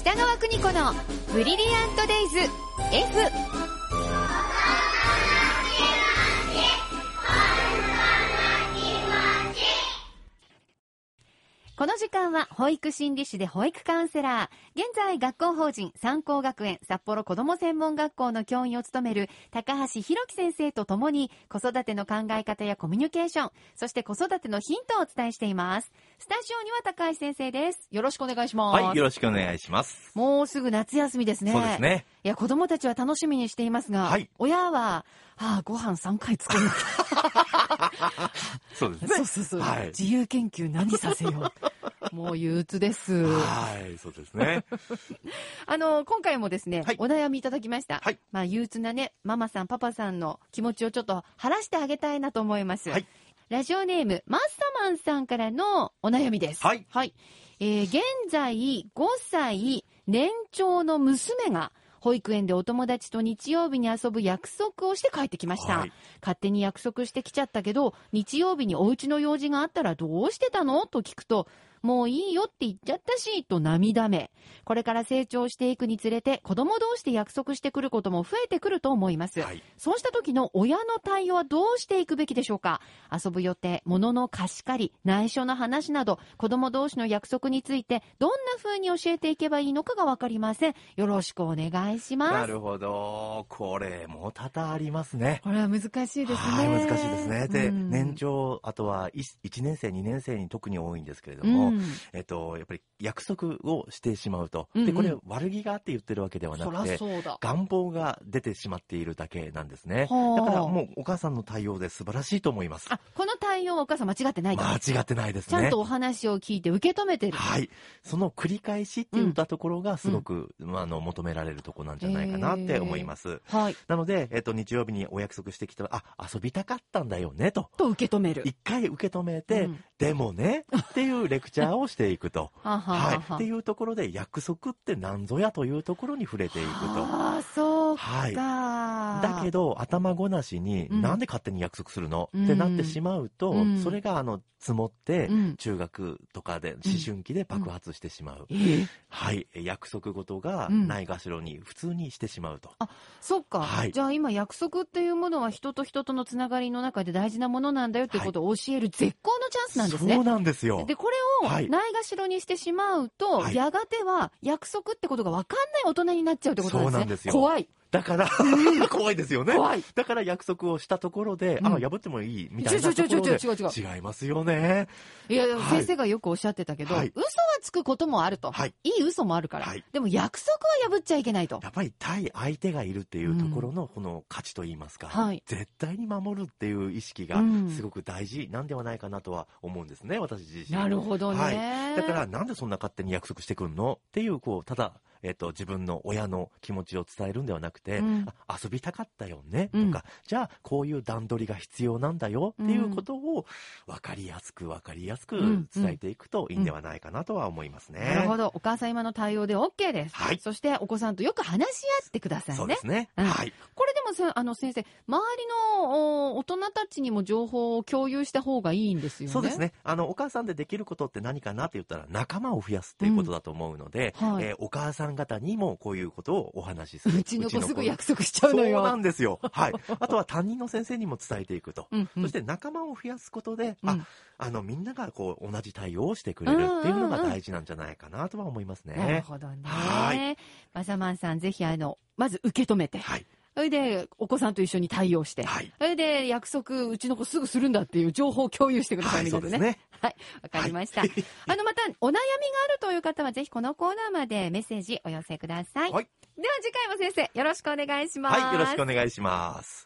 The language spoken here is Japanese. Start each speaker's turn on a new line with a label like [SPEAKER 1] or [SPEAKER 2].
[SPEAKER 1] 北川邦子のブリリアントデイズ F この時間は保育心理士で保育カウンセラー、現在学校法人三高学園札幌子ども専門学校の教員を務める高橋弘樹先生とともに子育ての考え方やコミュニケーション、そして子育てのヒントをお伝えしています。スタジオには高橋先生です。よろしくお願いします。
[SPEAKER 2] はい、よろしくお願いします。
[SPEAKER 1] もうすぐ夏休みですね。
[SPEAKER 2] そうですね。
[SPEAKER 1] いや、子供たちは楽しみにしていますが、
[SPEAKER 2] はい
[SPEAKER 1] 親は、はあ、ご飯3回作るのか。
[SPEAKER 2] そうですね。
[SPEAKER 1] そうそうそう。
[SPEAKER 2] はい
[SPEAKER 1] 自由研究何させよう。もう憂鬱です。
[SPEAKER 2] はい、そうですね。
[SPEAKER 1] あの、今回もですね、
[SPEAKER 2] はい
[SPEAKER 1] お悩みいただきました。
[SPEAKER 2] はい
[SPEAKER 1] まあ、憂鬱なね、ママさん、パパさんの気持ちをちょっと晴らしてあげたいなと思います。
[SPEAKER 2] はい
[SPEAKER 1] ラジオネーム、マッサマンさんからのお悩みです。
[SPEAKER 2] はい
[SPEAKER 1] えー現在、5歳、年長の娘が、保育園でお友達と日曜日に遊ぶ約束をして帰ってきました。
[SPEAKER 2] はい
[SPEAKER 1] 勝手に約束してきちゃったけど、日曜日にお家の用事があったらどうしてたのと聞くと、もういいよって言っちゃったし、と涙目。これから成長していくにつれて、子供同士で約束してくることも増えてくると思います。
[SPEAKER 2] はい。
[SPEAKER 1] そうした時の親の対応はどうしていくべきでしょうか遊ぶ予定、物の貸し借り、内緒の話など、子供同士の約束について、どんな風に教えていけばいいのかがわかりません。よろしくお願いしま
[SPEAKER 2] な
[SPEAKER 1] す。
[SPEAKER 2] るほど。これも多々ありますね。
[SPEAKER 1] これは難しいですね。
[SPEAKER 2] はい、難しいですね。で、
[SPEAKER 1] うん
[SPEAKER 2] 年長、あとは1年生、2年生に特に多いんですけれども、
[SPEAKER 1] うん
[SPEAKER 2] えっと、やっぱり約束をしてしまう
[SPEAKER 1] うん
[SPEAKER 2] と。
[SPEAKER 1] う
[SPEAKER 2] で、
[SPEAKER 1] ん
[SPEAKER 2] これ悪気があって言ってるわけではな
[SPEAKER 1] そ
[SPEAKER 2] く
[SPEAKER 1] ら
[SPEAKER 2] て、
[SPEAKER 1] そうだ。
[SPEAKER 2] 願望が出てしまっているだけなんですね。
[SPEAKER 1] はあ
[SPEAKER 2] だからもうお母さんの対応で素晴らしいと思います。
[SPEAKER 1] あ、この対応はお母さん間違ってないと。
[SPEAKER 2] 間違ってないです
[SPEAKER 1] ち
[SPEAKER 2] ね。
[SPEAKER 1] ゃんとお話を聞いて受け止めてる。
[SPEAKER 2] はい。その繰り返しって言ったところがすごく、まあ、あの、求められるとこなんじゃないかなって思います。
[SPEAKER 1] はい。
[SPEAKER 2] なので、えっと、日曜日にお約束してきたら、あ、遊びたかったんだよね、と。
[SPEAKER 1] と受け止める。
[SPEAKER 2] 一回受け止めて、
[SPEAKER 1] うん
[SPEAKER 2] でもね、っていうレクチャーをしていくと。
[SPEAKER 1] はは
[SPEAKER 2] はい。
[SPEAKER 1] は
[SPEAKER 2] っていうところで、約束って何ぞやというところに触れていくと。
[SPEAKER 1] ああ、そうか。
[SPEAKER 2] はい。だけ
[SPEAKER 1] ど、
[SPEAKER 2] ど、頭ごなしに、
[SPEAKER 1] うん
[SPEAKER 2] なんで勝手に約束するの、
[SPEAKER 1] うん
[SPEAKER 2] ってなってしまうと、
[SPEAKER 1] うん
[SPEAKER 2] それが、あの、積もって、
[SPEAKER 1] うん
[SPEAKER 2] 中学とかで、思春期で爆発してしまう。
[SPEAKER 1] えー
[SPEAKER 2] はい、え約束事が
[SPEAKER 1] うん
[SPEAKER 2] ないがしろに普通にしてしまうと。
[SPEAKER 1] そっか、
[SPEAKER 2] はい
[SPEAKER 1] じゃあ今約束っていうものは人と人とのつながりの中で大事なものなんだよっていうことを教える絶好のチャンスなんです
[SPEAKER 2] そう
[SPEAKER 1] ね。
[SPEAKER 2] なんですよ。
[SPEAKER 1] で、これを
[SPEAKER 2] は
[SPEAKER 1] ない
[SPEAKER 2] い
[SPEAKER 1] がしろにしてしまうと、
[SPEAKER 2] はい
[SPEAKER 1] やがては約束ってことが分かんない大人になっちゃうってことなんですね。
[SPEAKER 2] そうな
[SPEAKER 1] 怖
[SPEAKER 2] んですよ
[SPEAKER 1] い、
[SPEAKER 2] だから、 怖いですよね。
[SPEAKER 1] 怖い。
[SPEAKER 2] だから約束をしたところで、
[SPEAKER 1] うん
[SPEAKER 2] あ、破ってもいいみた
[SPEAKER 1] ちょ
[SPEAKER 2] い
[SPEAKER 1] ちょ
[SPEAKER 2] な
[SPEAKER 1] ち
[SPEAKER 2] と
[SPEAKER 1] ょ
[SPEAKER 2] こ
[SPEAKER 1] ちょ
[SPEAKER 2] ろ
[SPEAKER 1] ちょ
[SPEAKER 2] で
[SPEAKER 1] 違う違う。
[SPEAKER 2] 違いますよね。
[SPEAKER 1] いや、でも
[SPEAKER 2] はい
[SPEAKER 1] 先生がよくおっしゃってたけど、
[SPEAKER 2] はい
[SPEAKER 1] 嘘はつくこともあると。
[SPEAKER 2] はいい、
[SPEAKER 1] い嘘もあるから、
[SPEAKER 2] はい
[SPEAKER 1] でも約束は破っちゃいけないと。
[SPEAKER 2] やっぱり対相手がいるっていうところのこの価値といいますか、
[SPEAKER 1] はい
[SPEAKER 2] 絶対に守るっていう意識が
[SPEAKER 1] うん
[SPEAKER 2] すごく大事なんではないかなとは思うんですね、私自身。
[SPEAKER 1] なるほどね。
[SPEAKER 2] はいだから、なんでそんな勝手に約束してくんのっていう、こう、ただ、えっと、自分の親の気持ちを伝えるんではなくて、
[SPEAKER 1] うん
[SPEAKER 2] あ遊びたかったよね、
[SPEAKER 1] うん
[SPEAKER 2] とか、じゃあ、こういう段取りが必要なんだよっていうことを、分かりやすく分かりやすく
[SPEAKER 1] うん
[SPEAKER 2] 伝えていくといいんではないかなとは思いますね。
[SPEAKER 1] なるほど。お母さん今の対応で OK です。
[SPEAKER 2] はい
[SPEAKER 1] そして、お子さんとよく話し合ってくださ
[SPEAKER 2] そ
[SPEAKER 1] いう
[SPEAKER 2] で
[SPEAKER 1] ね。
[SPEAKER 2] すね。
[SPEAKER 1] うん
[SPEAKER 2] はい。
[SPEAKER 1] これでもさ、あの先生、周りのお大人たちにも情報を共有した方がいいんですよね。
[SPEAKER 2] そうです。ね。あの、お母さんでできることって何かなって言ったら、仲間を増やすっていうことだと思うので、
[SPEAKER 1] はい
[SPEAKER 2] えーお母さん方にもこういうことをお話しする。
[SPEAKER 1] うちの子すぐ約束しちゃ
[SPEAKER 2] そうう
[SPEAKER 1] のよ。
[SPEAKER 2] なんで すよ。はい。あとは担任の先生にも伝えていくと。
[SPEAKER 1] うんうん
[SPEAKER 2] そして仲間を増やすことで、
[SPEAKER 1] う
[SPEAKER 2] あ
[SPEAKER 1] ん、
[SPEAKER 2] あの、みんながこう、同じ対応をしてくれるっていうのが大事なんじゃないかなとは思います
[SPEAKER 1] なる
[SPEAKER 2] ね。
[SPEAKER 1] ほど
[SPEAKER 2] は
[SPEAKER 1] ね。マサマンさん、ぜひあの、まず受け止めて、
[SPEAKER 2] はい。
[SPEAKER 1] それで、お子さんと一緒に対応して、
[SPEAKER 2] はい。
[SPEAKER 1] それで、約束、うちの子すぐするんだっていう情報を共有してくださ、
[SPEAKER 2] はいい、
[SPEAKER 1] み
[SPEAKER 2] そ
[SPEAKER 1] たいうな
[SPEAKER 2] です
[SPEAKER 1] ね。
[SPEAKER 2] ね。
[SPEAKER 1] はい、わかりました。あの、また、お悩みがあるという方は、ぜひこのコーナーまでメッセージお寄せください。
[SPEAKER 2] はい
[SPEAKER 1] では次回も先生、よろしくお願いします。
[SPEAKER 2] はい、よろしくお願いします。